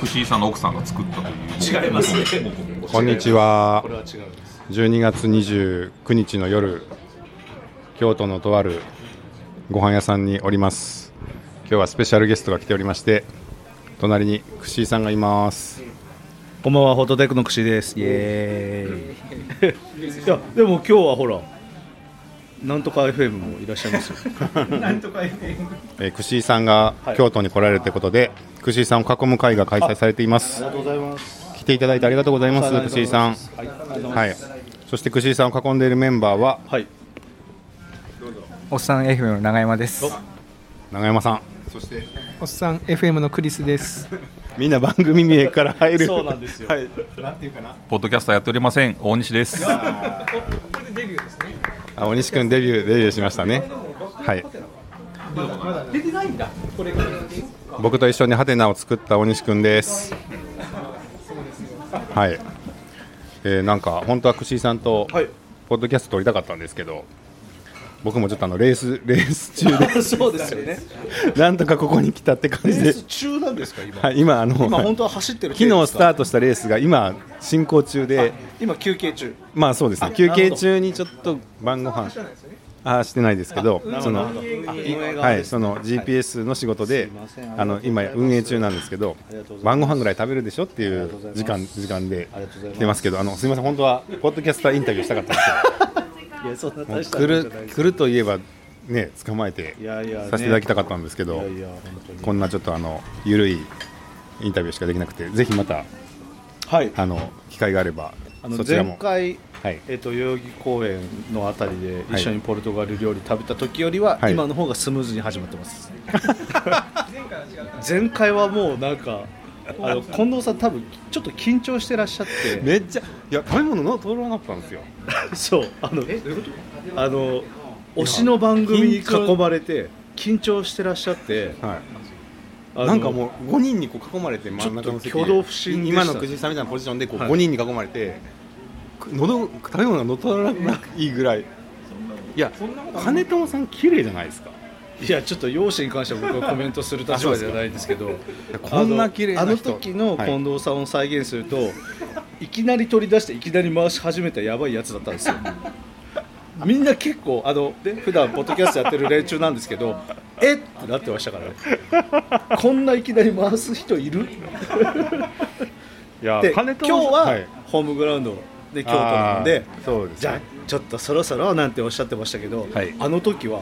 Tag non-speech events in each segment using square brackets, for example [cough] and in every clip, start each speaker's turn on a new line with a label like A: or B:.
A: 串井さんの奥さんが作ったという
B: 違いますね
C: こんにちは
B: これは違うんです
C: 12月29日の夜京都のとあるご飯屋さんにおります今日はスペシャルゲストが来ておりまして隣に串井さんがいます
D: こんばんは、フォトテックのくしです。イエーイ。 [laughs] いや、でも今日はほら、なんとか FM もいらっしゃい [laughs] ますよ。
C: えー串井さんが京都に来られるということで、串井さんを囲む会が開催されています
D: ありがとうございます。
C: 来ていただいてありがとうございます串井さん
D: はい、ありがとうございます。
C: はいそして串井さんを囲んでいるメンバーは
D: はい、
E: おっさん FM の永山です
C: 永山さん
F: おっさん FM のクリスです。
C: みんな番組名から入る
D: そうなんですよ。
C: はい、
A: ポッドキャスターやっておりません大西です
C: あ大西君デビューデビューしましたねはい僕と一緒にハテナを作った大西君ですはい、えー、なんか本当は串井さんと
D: はい
C: ポッドキャスト撮りたかったんですけど僕もちょっとあのレースレース中
D: [laughs]
C: で
D: [laughs] そうですよね。
C: なんとかここに来たって感
D: レ
C: じ
D: ー
C: で
D: ス中なんですか、今。
C: はい、今あの
D: 今本当は走ってる。
C: 昨日スター
D: ト。
C: トしたレースが今進行中で
D: 今休憩中。
C: まあそうですね休憩中にちょっと晩ご飯あーしてないですけどそのはいその GPS の仕事で
D: ません
C: あの今運営中なんですけど晩ご飯ぐらい食べるでしょっていう時間時間で来てますけどあのすみません本当はポッドキャスターインタビューしたかったん
D: いや、そんな
C: で
D: 大
C: す
D: し
C: け
D: た
C: ど
D: もんじゃ
C: 来る
D: ないです
C: 来るといえばね捕まえて
D: いやいや、ね
C: させていただきたかったんですけど
D: いやいや、本当に。
C: こんなちょっとあのゆるいインタビューしかできなくてぜひまた
D: はい。
C: あの機会があれば
D: あの
C: そちら
D: 前
C: も。
D: 回、
C: はい
D: えっと代々木公園のあたりで
C: い
D: 一緒にポルトガル料理食べた時よりは、
C: はい
D: 今の方がスムーズに始まってます。前回はもうなんかあの近藤さん多分ちょっと緊張してらっしゃって、
C: めっちゃいや食べ物の通らなかったんですよ
D: そうあのあの推しの番組に囲まれて緊張してらっしゃって、
C: はい
D: あの
C: なんかもう5人にこう囲まれて真ん中の席で
D: ちょっと挙動不審でした
C: 今の藤井さんみたいなポジションでこう
D: はい
C: 5人に囲まれて、く喉食べ物がのとらなくいいぐらいいや金友さん綺麗じゃないですか
D: いやちょっと容姿に関しては僕はコメントする立場じゃないんですけど
C: こんな綺麗な人
D: あの時の
C: はい
D: 近藤さんを再現すると、い、きなり取り出していきなり回し始めたやばいやつだったんですよみんな結構あので普段ポッドキャストやってる連中なんですけど [laughs] えっってなってましたからこんないきなり回す人いる
C: いや
D: で今日は
C: 京
D: ホームグラウンドで京都なんで
C: そうです
D: じゃあ
C: ね
D: ちょっとそろそろなんておっしゃってましたけど、
C: はい
D: あの時は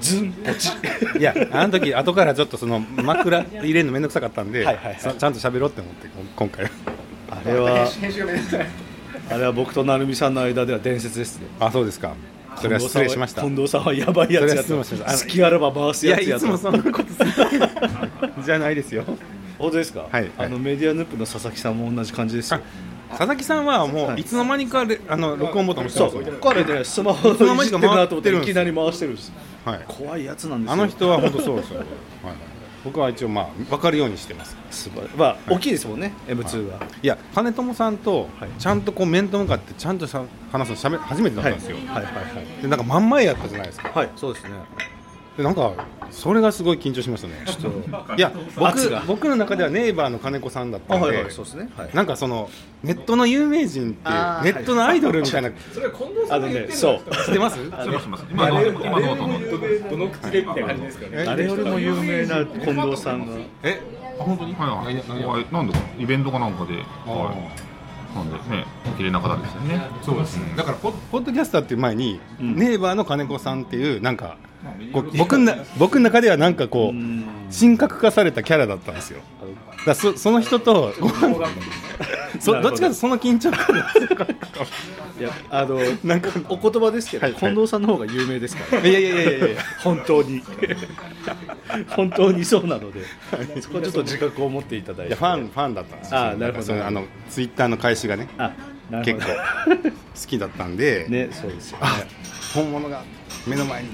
D: ズンポチ
C: いやあの時後からちょっとその枕入れるの面倒くさかったんで
D: はいはいはい
C: そちゃんと喋ろうって思ってこん今回は
D: あれはあれは僕と成美さんの間では伝説ですね
C: あそうですかそれは失礼しました
D: 近藤さんはやばいやつや
C: それは失礼しましたあ
D: と
C: の
D: 隙あらば回すやつやと
C: んなことするじゃないですよ
D: 本当ですか、
C: はい
D: あのメディアヌップの佐々木さんも同じ感じですよ
C: 佐々木さんはも
D: は
C: う
D: い
C: いつの間にかレあの録音ボタン押
D: そ
C: してます
D: う
C: よ
D: 彼ねスマホをい
C: の間
D: じ
C: に
D: って
C: か
D: るなと
C: 回っ
D: 思ってて
C: るん
D: い
C: で
D: き
C: すよ
D: なり回してるんです
C: はい
D: 怖いやつなんですよ
C: あの人は本当そうですよ、はいはい、僕は一応まあ分かるようにしてます
D: 素晴らまあ大きいですもんね M2 が、
C: いや金友さんと
D: はい
C: ちゃんとこう面と向かってちゃんとしゃ話すのしゃべ初めてだったんですよ、
D: はいはいはい
C: でなんか真ん前やったじゃないですか
D: はいそうですね
C: でなんかそれがすごい緊張しましたね
D: ちょっと
C: いや
D: 圧
C: 僕
D: が
C: 僕の中ではネイバーの金子さんだったんで、
D: そうですね、はい、
C: なんかそのネットの有名人ってネ
D: あー
C: ットのアイドルみたいな知
D: あのねそう
C: ってます
A: 失礼します今の今の音の
D: 誰よりも有名な近藤さんが
C: え
A: あ本当にはいはいはいなんでかイベントかなんかではいなんでね綺麗な方ですよねそうですね
C: だからポポッドキャスターっていう前に、
D: ん
C: ネイバーの金子さんっていうなんかこう僕な僕の中ではなんかこう、神格化されたキャラだったんですよだからそその人とご飯そ [laughs]
D: なるほど
C: どっちかというとその緊張感が強かったかも
D: いやあの
C: [laughs] なんか
D: お言葉ですけど、
C: はいはい
D: 近藤さんの方が有名ですから、
C: いやいやいやいやいや
D: 本当
C: [laughs]
D: に本当にそうなので、 [laughs] そこはちょっと自覚を持っていただい
C: い
D: て
C: やファンファンだったんですよ
D: あーなるほど
C: そのあのツイッターの開始がね
D: あなる
C: 結
D: ほ
C: 構
D: ど
C: 好きだったんで、
D: ねそうですよね
C: あ本物が目の前に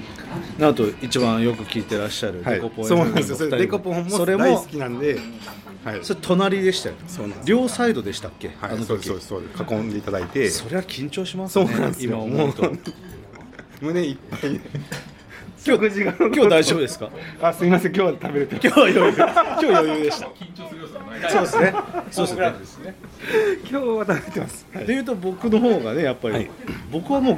D: なんと一番よく聞いてらっしゃる
C: はい
D: デコポン
C: そうなん
D: FM
C: ですよそれ
D: の
C: デ
D: お二人
C: コポンも
D: それ
C: 大好
D: も
C: きなんで、はい、
D: それ隣でしたよ
C: そうなんです
D: 両サイドでしたっけ、
C: は
D: あ
C: い、
D: の
C: そうで
D: 時
C: すそうですそうです囲んでいただいて
D: そりゃ緊張します
C: そう
D: ね
C: なんです
D: 今
C: よ
D: 思うと
C: も胸いっぱいで
D: 今日今日大丈夫ですか
C: [laughs] あすみません今日は食べれて
D: 今日は余裕今日余裕でしたそうですね。そうですね。
F: 今日は食べてます。
D: でいうと僕の方がねやっぱり、僕はもう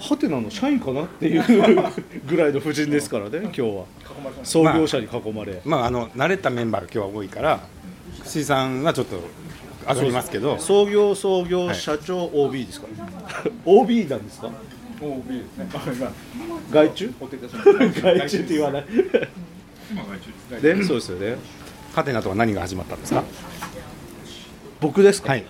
D: ハテナの社員かなっていう [laughs] ぐらいの布陣ですからね今日は創業者に囲まれ、
C: まああの慣れたメンバーが今日は多いから串井さんはちょっと上がりますけど
D: 創業創業
C: い
D: 社長 OB ですから OB なんですか [laughs] OB ですね [laughs] 外注外注って言わないでそうですよね
C: ハテナとは何が始まったんですか
D: 僕ですか、
C: はい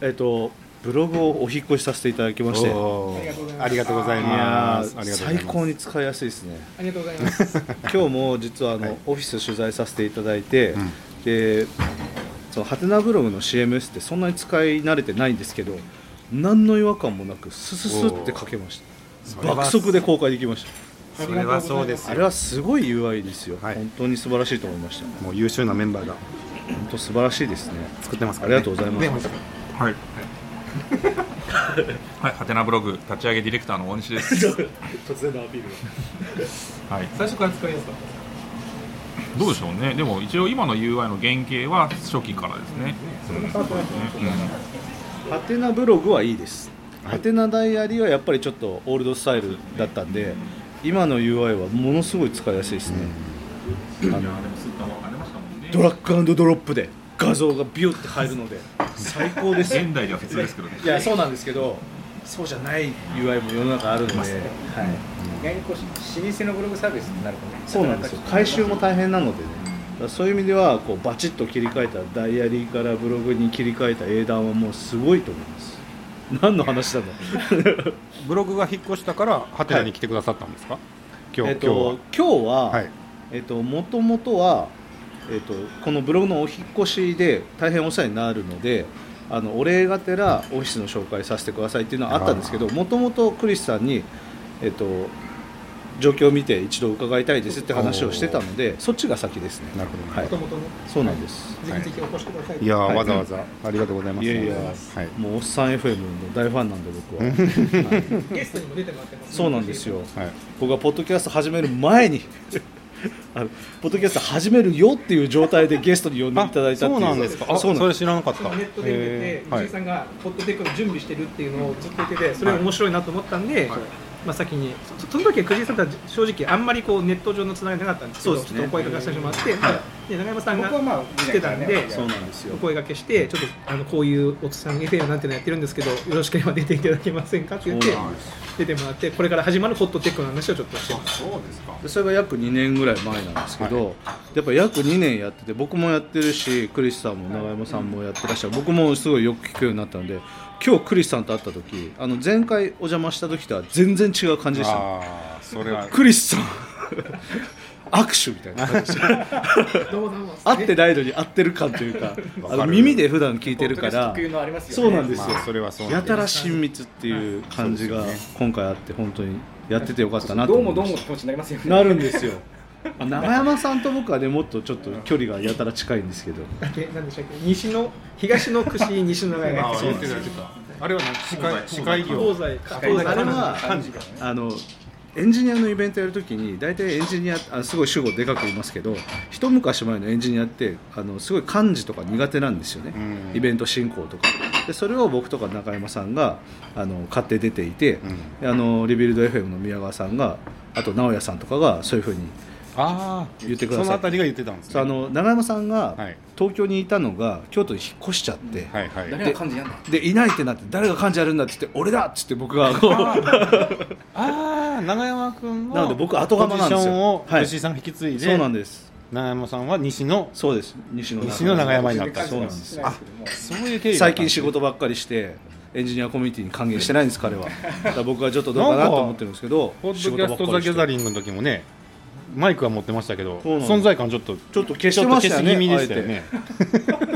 D: えっ、とブログをお引っ越しさせていただきましていや
C: おーありがとうございます
D: ー
C: ありがとうござ
D: 最
C: います
D: 高に使いやすいですね
F: ありがとうございます。
D: 今日も実はあの、オフィス取材させていただいて、でそのハテナブログの CMS ってそんなに使い慣れてないんですけど何の違和感もなくスススって書けました爆速で公開できまし
C: それはそうです
D: たあ
C: よ
D: れはすごい UI ですよ、
C: はい
D: 本当に素晴らしいと思いました
C: もう優秀なメンバーが
D: 本当素晴らしいですね
C: 作ってます
D: あ
C: か
D: り
C: ら、ね、
D: がとうございます、
A: はい。はい、ハテナブログ立ち上げディレクターの大西 [laughs] です。
D: 突然のアピール
A: はい。最初から使いやすかった。どうでしょうね。でも一応今の UI の原型は初期からですね。
D: ハテナブログはいいです、ハテナダイアリーはやっぱりちょっとオールドスタイルだったんで今の UI はものすごい使いやすいですね、あのドラッグドロップで画像がビュって入るので最高ですよ
A: 現代では普通ですけどね。
D: いやそうなんですけどそうじゃない UI も世の中あるので、はい、
E: ややこしい老舗のブログサービスになるとね
D: そうなんですよ回収も大変なのでねだからそういう意味ではこうバチッと切り替えたダイアリーからブログに切り替えた英断はもうすごいと思います何の話だろう
C: ブログが引っ越したからハテナに来てくださったんですか、今日、
D: えっと、今日は、
C: 今日ははい
D: えっと、もともとは、えっと、このブログのお引っ越しで大変お世話になるのであのお礼がてらオフィスの紹介させてくださいっていうのはあったんですけどもともとクリスさんに、えっと、状況を見て一度伺いたいですって話をしてたのでそっちが先ですね
C: なるほどね
D: はい、
F: 元々
D: そうなんです
F: ぜひぜひお越しください。
C: いやー、
D: はい
C: わざわざありがとうございま
D: い
C: す
D: やいや
C: はい、
D: もうおっさん FM の大ファンなんで僕は
C: [laughs]
F: ゲストにも出てもらってます、
D: そうなんですよ
C: はい、
D: 僕はポッドキャスト始める前にあのポッドキャスト始めるよっていう状態でゲストに呼んでいただいたっていう
C: そうなんですかあ
D: そうな
C: そ
D: んで
C: れ
D: す
C: 知らなかった
F: ネットで見て
C: へー
F: て、
C: は
F: 藤
C: い
F: 井さんがポッドテックの準備してるっていうのをずっと言ってて、それが面白いなと思ったんで、まあ、先にそ、その時は藤井さんとは正直、あんまりこうネット上のつながりなかったんですけど、
D: そうです
F: ち
D: ね
F: ょっとお声掛けさせてもらって、で永山さんが来てたんで、
D: そうなんですよ
F: お声掛けして、ちょっとあのこういうおっさん FM なんてのやってるんですけど、よろしければ出ていただけませんかって言って
D: そうなん、
F: 出てもらって、これから始まるポッドテックの話をちょっとしてます。
D: でそれが約2年ぐらい前なんですけど、やっぱ約2年やってて僕もやってるしクリスさんも永山さんもやってらっしゃる僕もすごいよく聞くようになったので今日クリスさんと会った時あの前回お邪魔した時とは全然違う感じでしたね
C: ああそ
D: [laughs]
C: れは
D: クリスさん握手みたいな感じでした
F: どうもどうも
D: 会ってないのに会ってる感というか
C: わか
D: あ
C: る
D: の耳で普段聞いてるから
E: 特有のあります
D: そ
E: よ
D: う
E: ね
D: なんですよ、
C: まあそれはそうなん
D: や
C: で
D: たら親密っていう感じが今回あって本当にやっててよかったなと
E: どうも
D: 思い
E: どう
D: ま
E: も
D: し
E: って気持ちになりますよ
D: た
E: ね
D: なるんですよ長山さんと僕はねもっとちょっと距離がやたら近いんですけど
F: え何でしたっけ西の東の串西の長
C: あ
F: 山
C: ー言ってた言ってたあれは何司会司会業
F: 東西か
D: あれ
F: 東西
D: はあのエンジニアのイベントやるときに大体エンジニアあすごい主語でかく言いますけど一昔前のエンジニアってあのすごい漢字とか苦手なんですよね、
C: うん
D: イベント進行とかでそれを僕とか中山さんがあの買って出ていて、であのリビルド FM の宮川さんがあと直哉さんとかがそういうふうに
C: ああ
D: 言ってください
C: そのあたりが言ってたんです、ね、
D: そうあの長山さんが
C: はい
D: 東京にいたのが京都に引っ越しちゃって、
C: はいはい
E: 誰が感じやんだ
D: でいないってなって誰が幹事やるんだって言って俺だっつって僕がこ
C: [laughs]
D: う
C: ああ長山君の
D: なので僕後釜なんですよ
C: ポジションを
D: はい
C: 吉井さんが引き継いで,、
D: そうなんです
C: 長山さんは西の
D: そうです西野
C: 西の長山になった
D: そうなんです
E: あ
C: そういう経緯だった
D: 最
C: んで
D: 近
C: す
D: 仕
C: ね
D: 事ばっかりしてエンジニアコミュニティに還元してないんです彼 [laughs] はだから僕はちょっとどうかなと思ってるんですけど
C: ポッドキャスト・ザ・ギャザリングの時もねマイクは持ってましたけど
D: そうなんです
C: 存在感ちょっと
D: ちょっと消してましたよね
C: ちょっと消し気味でしたよね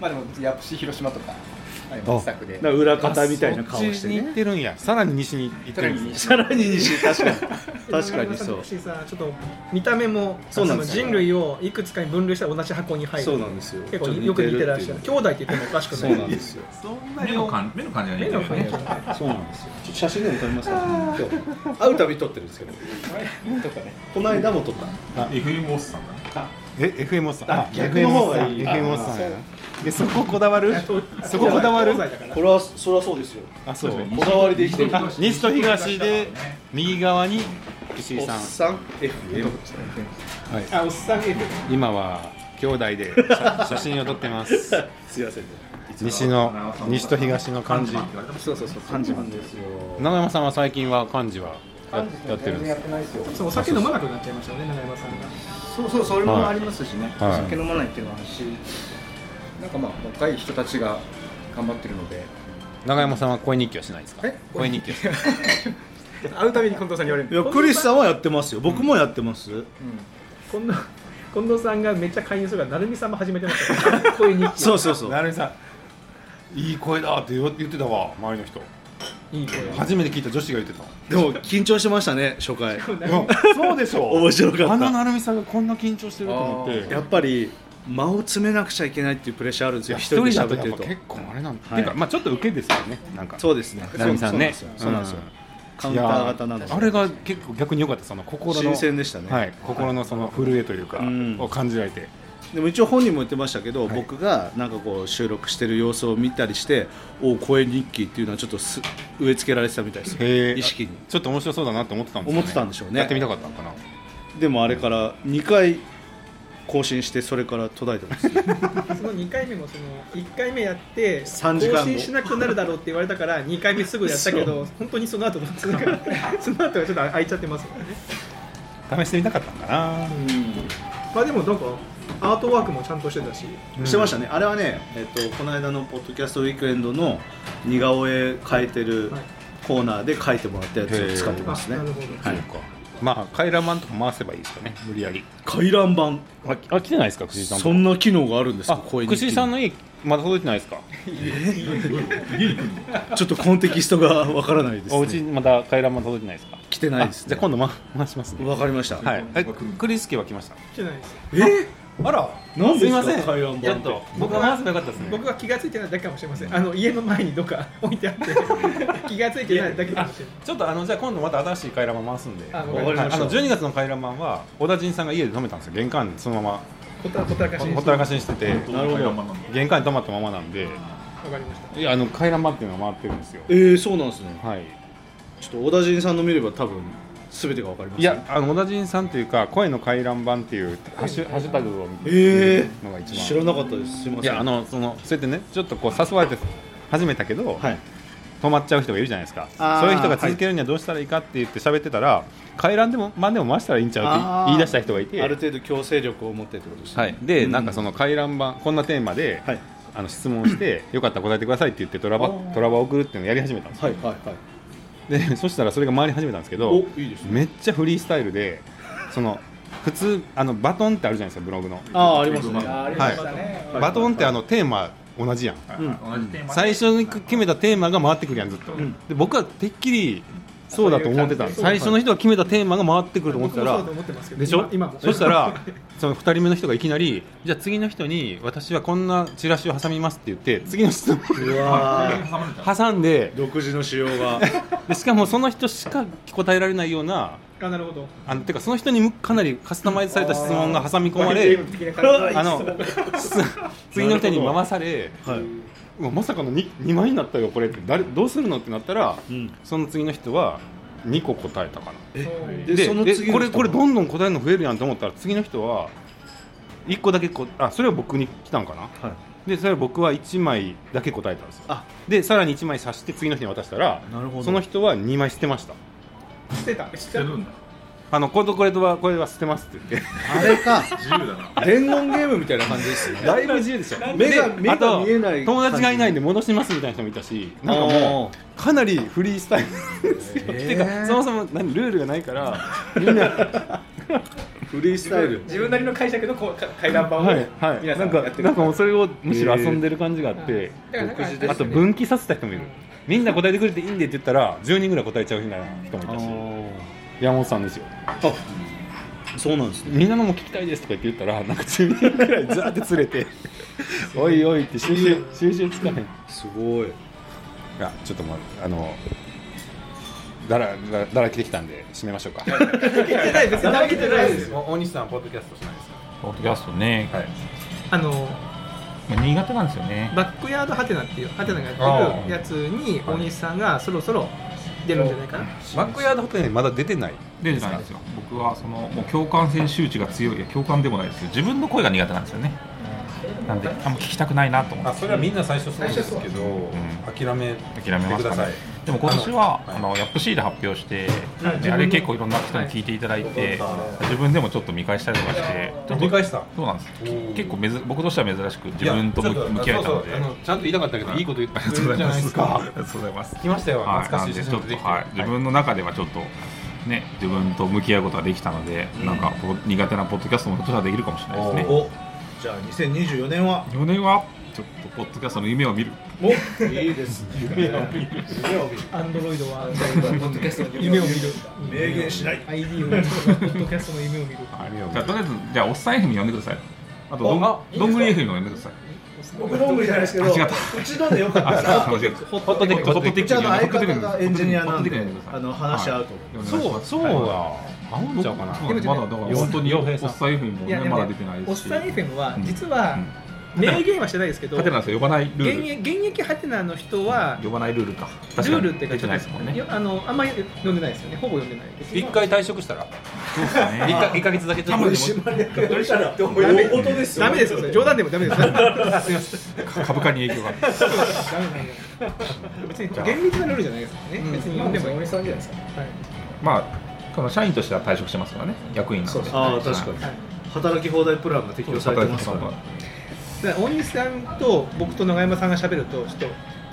E: まあでもやっぱし広島とか
B: はい
C: あ
B: 自作で
D: だから裏方みたいな顔して
C: そっちに行っ
D: ね
C: てるんやさらに西に行ってるんです
D: [laughs]
C: ね
D: さらに西確かに [laughs] 確かにそう
F: 私さちょっと見た目も
D: そうなんですよ
F: その人類をいくつかに分類したら同じ箱に入る
D: そうなんですよ
F: 結構よく似てらっしゃる兄弟って言ってもおかしくな
D: そ
F: いう
D: なんですよ
A: 目の感目の感じが
F: 目
A: ね
F: の感じ
D: そうなんです [laughs] よちょっと写真でも撮りますか今日会うたび撮ってるんですけどこの間も撮った
A: FM おっさんだね
C: え FM おっさんあ
D: 逆の方がいい
C: FM おっさんやなでそここだわるそここだわる
D: これはそれはそうですよ
C: あそう
D: こだわりで生きてる
C: あ西と東で右側に岸井
D: おっ
C: さん
D: さん FM
F: あおっさんゲーム
C: 今は兄弟で写 [laughs] 写真を撮ってます
D: すいませんね
C: 西の西と東の漢字
D: そうそうそう感じなんですよ
C: 長山さんは最近は漢字はややってるんですか
B: てないですよ
F: そうお酒飲まなくなっちゃいましたよね長山さんが
B: そうそうそれもありますしね、
C: はい
B: お酒飲まないっていうのはあるしなんかまあ若い人たちが頑張ってるので
C: 長山さんは恋日記はしないですか
B: え
C: 恋日記はしない
F: 会うたびに近藤さんに言われ
D: い
F: る
D: やクリスさんはやってますよ僕もやってます、
F: 近藤近藤さんがめっちゃ勧誘するから成美さんも始めてましたからこういう日記
D: そうそうそう
C: 成美さんいい声だって言わ言ってたわ周りの人
F: いい声
C: 初めて聞いた女子が言ってた
D: でも緊張しましたね初回
C: いやそうでしょ
D: 面白かった
C: あの成美さんがこんな緊張してると思って
D: やっぱり間を詰めなくちゃいけないっていうプレッシャーあるんですよ
C: 一
D: 一
C: 人
D: 人
C: で
D: で喋ってて
C: 喋っる
D: る
C: と
D: と
C: 結構あれなんだ、
D: はい
C: ていうかまあちょっと受けですよねなんか
D: そうですね
C: 成美さんね
D: そうなんですよそうなんですよカウンター型なの
C: い
D: で
C: やあれが結構逆に良かったその心の
D: 新鮮でしたね
C: はい、心のその震えというか、
D: うん
C: を感じられて
D: でも一応本人も言ってましたけど、僕がなんかこう収録してる様子を見たりしてお声日記っていうのはちょっとす植え付けられてたみたいですよ
C: へー
D: 意識に
C: ちょっと面白そうだなって思ってたんですよ、ね、
D: 思ってたんでしょうね
C: やってみたかったのかな
D: でもあれから2回更新してそれから途絶えてます
F: その2回目もその1回目やって
D: 3時間後
F: 更新しなくなるだろうって言われたから2回目すぐやったけど本当にその後も続かないその後はちょっと空いちゃってますよね
C: 試してみたかったんだな、
F: まあでもなんかアートワークもちゃんとしてたし
D: してましたね、あれはね、えっと、この間のポッドキャストウィークエンドの似顔絵描いてる
F: はい
D: コーナーで描いてもらったやつを使ってますね
F: あなるほど、
D: はい
C: そうかまあ回覧板とか回せばいいですかね無理やり
D: 回覧板
C: ああ来てないですか串井さん
D: そんな機能があるんです
C: あ
D: か声に
C: 串井さんの家まだ届いてないですか
D: ちょっとコンテキストがわからないです、ね、
C: お家にまだ回覧板届いてないですか
D: 来てないです、
C: あじゃあ今度、ま、回しますね
D: わかりました、
C: はいえクリスケは来ました
F: 来てないです
C: あら
D: なん
C: す
D: でですか
C: いません
D: 回覧板
C: やっと僕が回せばよかったですね
F: 僕は気が付いてないだけかもしれませんあの家の前にどっか置いてあって [laughs] 気が付いてないだけかもしれない
C: ちょっとあのじゃあ今度また新しい回覧板回すんで
F: あ
C: はい
F: わかりました
C: あの12月の回覧板は小田陣さんが家で止めたんですよ玄関にそのまま
F: ほったほったらかしに
C: ほ
F: し
C: ってたら
F: わか
C: かしにしてて
A: なるほど
C: 玄関に止まったままなんで
F: りました
C: いやあの回覧板っていうのは回ってるんですよ
D: えー、そうなんですね
C: はい
D: ちょっと小田陣さんの見れば多分全てがわかります、
C: いやあの小田陣さんというか声の回覧板っていうハッシュハッシュタグを見て
D: えー
C: のが一番
D: 知らなかったですすいま
C: い
D: せん
C: やあのそのそうやってねちょっとこう誘われて始めたけど、
D: はい
C: 止まっちゃう人がいるじゃないですか
D: あー
C: そういう人が続けるにはどうしたらいいかって言って喋ってたら、回覧でもまあでも回したらいいんちゃうって言い出した人がいて
D: ある程度強制力を持ってってことですね
C: はい、で、なんかその回覧板こんなテーマで、
D: はい
C: あの質問してよかったら答えてくださいって言ってトラバトラバを送るっていうのをやり始めたんですよ
D: はいはいはい
C: でそしたらそれが回り始めたんですけ
D: お
C: ど
D: いいですね
C: めっちゃフリースタイルでその普通あのバトンってあるじゃないですかブログの、
D: ああありますね
B: あり
C: ま
B: ま
C: し
B: したたね、
C: バトンってあのテーマ同じやん
A: 同じテーマ
C: 最初に決めたテーマが回ってくるやんずっと、で僕はてっきりそうだと思ってたんです
F: そ
C: 最
F: ういう感じ
C: 初の人が決めたテーマが回ってくると思ってた
F: 僕
C: ら
F: もそうだと思ってますけど
C: でしょ
F: 今今も
C: そしたらその2人目の人がいきなりじゃあ次の人に私はこんなチラシを挟みますって言って次の質問
D: うわー
A: 挟まれちゃう
C: 挟んで
D: 独自の仕様が
C: でしかもその人しか答えられないような
F: [laughs] あなるほど
C: あのてかその人にかなりカスタマイズされた質問が挟み込ま
F: [laughs]
C: れ
F: ゲーム的な感じ
C: [laughs] あのす次の人に回され
D: はい、
C: うわまさかの 2, 2枚になったよこれって誰どうするのってなったら
D: うん、
C: その次の人は2個答えたかな
D: で
C: で
D: その
C: で
D: 次の人
C: これこれどんどん答えるの増えるやんと思ったら次の人は1個だけこあそれは僕に来たんかな
D: はい
C: でそれは僕は1枚だけ答えたんですよ
D: あ
C: でさらに1枚刺して次の人に渡したら
D: なるほど
C: その人は2枚捨てました
F: 捨てた捨
A: してて
F: た
A: るんだ
C: あのこれとこれとはこれは捨てますって言って
D: あれか
A: 自由だな
D: 伝言ゲームみたいな感じですね
C: だいぶ [laughs] 自由でしょ
D: [laughs] 目が目
C: あ
D: が
C: と
D: 見えない
C: 友達がいないんで
D: も
C: 戻しますみたいな人もいたしなんかもうかなりフリー
D: [laughs]
C: スタイルなんですよ、てかそもそも何ルールがないからみんな
D: フリースタイル
F: [laughs] 自分なりの解釈のこうか階段版を
C: はいはい
F: 皆
C: な
F: さ
C: ん
F: んが
C: か
F: やってる
C: なんかもうそれをむしろ遊んでる感じがあって、
F: だからなんか
C: あと分岐させた人もいるみんな答えてくれていいんでって言ったら10人ぐらい答えちゃうみたいな人もいたし山本さんですよ
D: そうなんですね
C: みんなのも聞きたいですとか言って言ったらなんか10人ぐらいザーって連れ [laughs] ておいおいって収集収集つかへんい
D: すごい
C: やちょっともうあのだらだらだらけてきたんで締めましょうか
F: 聞いてないですよ聞いてないです
G: 大西さんポッドキャストしないですか
A: ポッドキャストね、
C: はい
F: あの
A: まあ、苦手なんですよね
F: バックヤードハテナっていうハテナがやってるやつに大西さんがそろそろ出るんじゃないかな
C: バックヤードホテルにまだ出てない
A: 出てないんですよ僕はそのもう共感性周知が強いいや共感でもないですけど自分の声が苦手なんですよねなんであんま聞きたくないなと思って
G: あそれはみんな最初そうですけど、諦め
A: 諦め
G: て
A: まし
G: く
A: た
G: ださい
A: ねでも今年は
G: あの
A: あのヤップ C で発表して、
F: はい
A: で
F: 自分の
A: あれ結構いろんな人に聞いていただいて、
G: はい
A: 自分でもちょっと見返したりとかしてちょっと
G: 見返した
A: そうなんです
G: おー
A: 結構めず僕としては珍しく自分と
G: いやちょっ
A: 向き合えたので
G: そうそうあのちゃんと言いたかったけどいいこと言って
A: ありがとう
G: る
A: ご
G: じゃ
A: ざいま
G: ないですすか
A: ありがとうございます
G: 来ましたよ
A: はい、
G: 懐
A: な
G: かし
A: ん
G: い
A: で
G: 写
A: ちょ
G: 真が
A: っと、
G: 出てきて
A: はい、自分の中ではちょっと、ね、自分と向き合うことができたので、なんかポッ苦手なポッドキャストも今年はできるかもしれないですね。
D: おじゃあ2024年は
A: 4年はちょっとポッドキャストの夢を見る。
D: もいいですね
F: アンドロイドは夢を見る
D: 明言しない
F: ID を見るポッドキャストの夢を見る
A: はい、じゃあとりあえずじゃあおっさん FM 呼んでください。あとどん
G: あ
A: どんぐり FM 呼んでください。
D: 僕どんぐりじゃないですけど
A: あ違った
D: うちのでよかったら
A: あ、間違えた。ホットテック、
G: ホッ
A: ホ
G: ト
A: ット
G: テック
A: テック、
D: うちの相方がエンジニアなんで
A: ホットテック呼んください
D: あの話し合うと
A: はい
C: そうそうだ、あの
A: 僕
C: ちゃうかな
A: そうなんですまだだから本当におっさん FM も
F: いや
A: ね
F: でも
A: まだ
F: ね
A: 出てない
F: お
A: で
F: っ
A: すし。
F: さん FM は
A: うん
F: 実は明言はしてないですけど
A: ハテナですよ呼ばないル
F: 現
A: ール。
F: 役現役ハテナの人は
A: 呼ばないルールか。
F: ルールって
A: 出
F: 書
A: て
F: い
A: ないですもんね。
F: よあのあんまり読んでないですよねほぼ読んでないです
G: 一回退職したら
A: そうですね
G: 一か一ヶ月だけちょっと
D: 大事ですよ
F: ダメですよそれ冗談でもダメ [laughs] ですよダメ
A: 株価に影響が。
F: ダメ別に厳密なルールじゃないですからね、別に読んでもいいですはい
A: まあ、この社員としては退職してますからね、役員なんで。
D: ああ確かに
F: はい
D: 働き放題プランが適用されてますから
F: だから大西さんと僕と永山さんが喋るとちょっと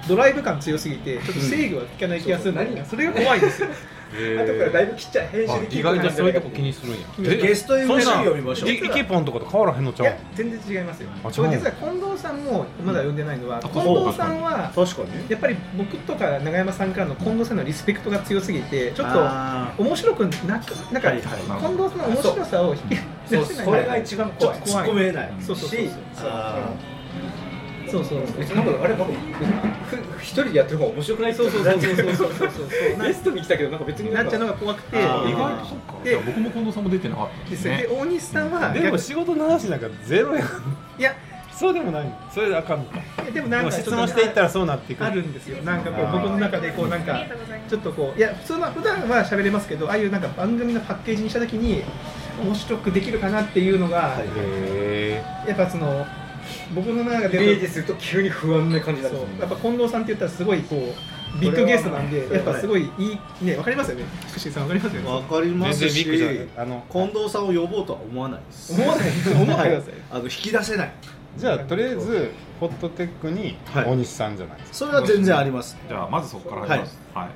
F: ドライブ感強すぎてちょっと制御が効かない気がするのでそれが怖いん
A: [laughs]
F: ですよ
G: からだいぶ切っちゃ編集で意外とそういうとこ気にするんや
D: ゲスト MC
G: そんな
D: 呼びましょう
G: いイケポンとかと変わらへんのち
F: い
G: ゃ
F: や
G: う
F: 全然違いますよ
G: あ違う
F: これ実は近藤さんもまだ呼んでないのは、近藤さんは
D: 確かに
F: やっぱり僕とか永山さんからの近藤さんのリスペクトが強すぎてちょっと
D: あ
F: 面白くなくなんか、
D: はいはい
F: 近藤さんの面白さを引き出せない
D: 一番
F: 怖い
D: 突っ込めない
F: そうそうそう
D: しあ
F: そうそうそう
H: なんかあれなんかふ一人でやってる方が面白くない
F: そうそうそうそうそうそうそう
H: ゲストに来たけどなんか別に
F: な
H: な
F: っ
H: ん
F: ちゃう
H: か
F: のが怖くて
D: あ
A: 意外
D: ー
F: で
A: とそっか。いや僕も近藤さんも出てなかったですね
F: で。大西さんは
C: でも
F: 逆
C: 仕事の話なんかゼロやん
F: いや
C: そうでもないそれであかんのか
F: いやでも
C: で
F: なん
C: も
F: か
C: 質問していったらそうなっていく
F: あるんですよなんかこう僕の中でこうなんかちょっとこういや普通の普段は喋れますけどああいうなんか番組のパッケージにした時に面白くできるかなっていうのが、
C: へ
F: やっぱその僕の中
H: イメー
F: で
H: ジすると急に不安な感じだ
F: そうやっぱ近藤さんって言ったらすごいこうビッグゲストなんでやっぱすごいいいねわかりますよね福士さんわかりますよね
D: わかりますし
C: 全然ビッグじゃないあの
D: 近藤さんを呼ぼうとは思わないです
F: 思わない思わないでください
D: あの引き出せない
C: じゃあとりあえずホットテックに
D: はい
C: 大西さんじゃないです
D: それは全然あります
A: じゃあまずそこから始めます。はい。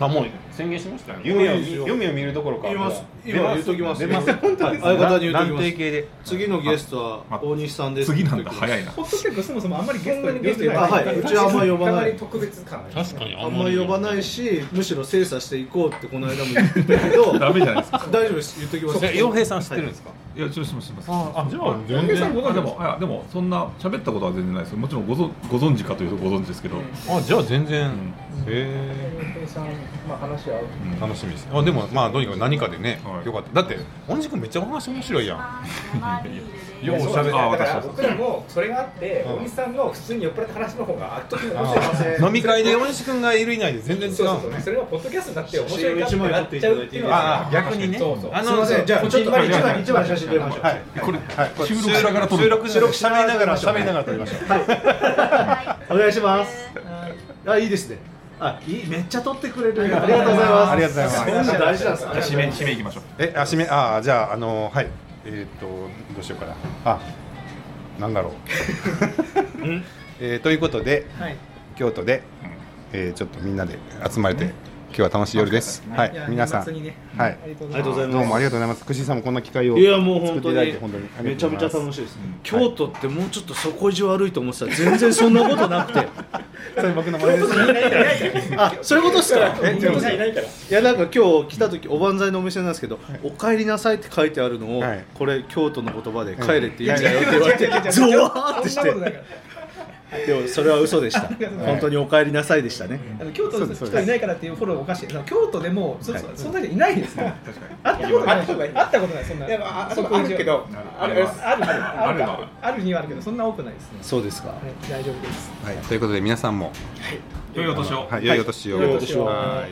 C: か、あもう宣言しましたよ夢を夢を見るどころか
D: 言います
C: もう
D: 今
C: 出
D: 言うときます
C: 出ます
D: 本当です相方に言うときます
C: な定型で
D: 次のゲストは大西さんです
A: 次なんだ早いな。
F: ホットテックそもそもあんまりゲストに
H: ゲス
F: 出
H: ト
F: て
H: に
D: あ
F: ない
D: はいうちはあんまり呼ばない
H: 特別感
C: 確かに
D: あんまり呼ばないしむしろ精査していこうってこの間も言ってたけ [laughs] ど
A: ダメじゃないですか。
D: 大丈夫です言っときます
C: え洋平さん知ってるんですか、
A: いや、ちょっとしますします。
C: あじゃあ
A: あ
C: 全
A: で
C: 然
A: も、あでも、そんな喋ったことは全然ないです。もちろんごぞご存知かというとご存知ですけど。
C: あじゃあ全然、
A: ん
C: へえ
F: まあ話し合う
C: 楽しみですあでもまあどうにか何かでね、
A: はい
C: よかっただって大西君めっちゃお話面白いやんよう
F: [laughs]
H: そう
C: 喋
A: あ
C: っ
H: だか
A: 私は
H: ら
A: そう
H: 僕らもそれがあって大西さんの普通に酔っ払った話の方が圧倒的に面白いかもしれ
C: て
H: ない
C: 飲み会で大西君がいる以内で全然違う
H: そう
C: の
H: そうそう
C: ね
H: それはポッドキャストになって面白いかってなっちゃうっていうの
C: あ
H: は
C: あ逆にね
H: そうそう
C: あ
D: すいませんじゃあちょっと
H: こっち
D: 一番一番写真撮りましょう
C: はい
A: これ、収録
C: 収
A: しながら
C: 録
A: 撮る。
C: 収録収録しゃべりながらしゃべりながら撮りましょう
D: お願いしますあいいですねあいいめっちゃ撮ってくれるありがとうございます
C: ありがとうございます
D: こんなの大事なんです
A: 締
D: ね
A: め、締めいきましょう。
C: えあ締めあーじゃああのーはいえっ、とどうしようかなあなんだろう、えーということで
F: はい
C: 京都で、えーちょっとみんなで集まれて今日は楽しい夜です。はい
F: や
C: い、皆さん、
F: 年末にね
C: はい、
F: ありがとう
D: あ
F: ご
D: り
F: ざ
D: がとうござい
F: います
C: どうも
D: ま
C: ありがとうございます。くしさんもこんな機会を
D: す。いやもう
C: 作
D: 本
C: って
D: 当
C: いただい
D: に
C: て本当に
D: めちゃめちゃ楽
C: い
D: しいです。京都ってもうちょっと底意地悪いと思ってたら全然そんなことなくて。
C: [laughs] ます。それ僕の真似です。
D: あそういうことっすか。
I: いないから
D: いやなんか今日来た時おばんざいのお店なんですけど「お帰りなさい」って書いてあるのを
C: はい
D: これ京都の言葉で「帰れ」って言うんだよって言われてゾワーってしてでもそれは嘘でした本当に「お帰りなさい」でしたね
F: あの京都の人いないからっていうフォローがおかしい。京都でもそ、そんな人いないですね。あったことない。あったことない。そんな。
I: いやまあああるけどある
F: あるあるあるあるにはあるけどそんな多くないですね。
D: そうですか
F: はい大丈夫です。
C: はい、ということで皆さんも、
A: 良いお年を。
C: はい、良いお年を。
F: 良いお年を
C: はい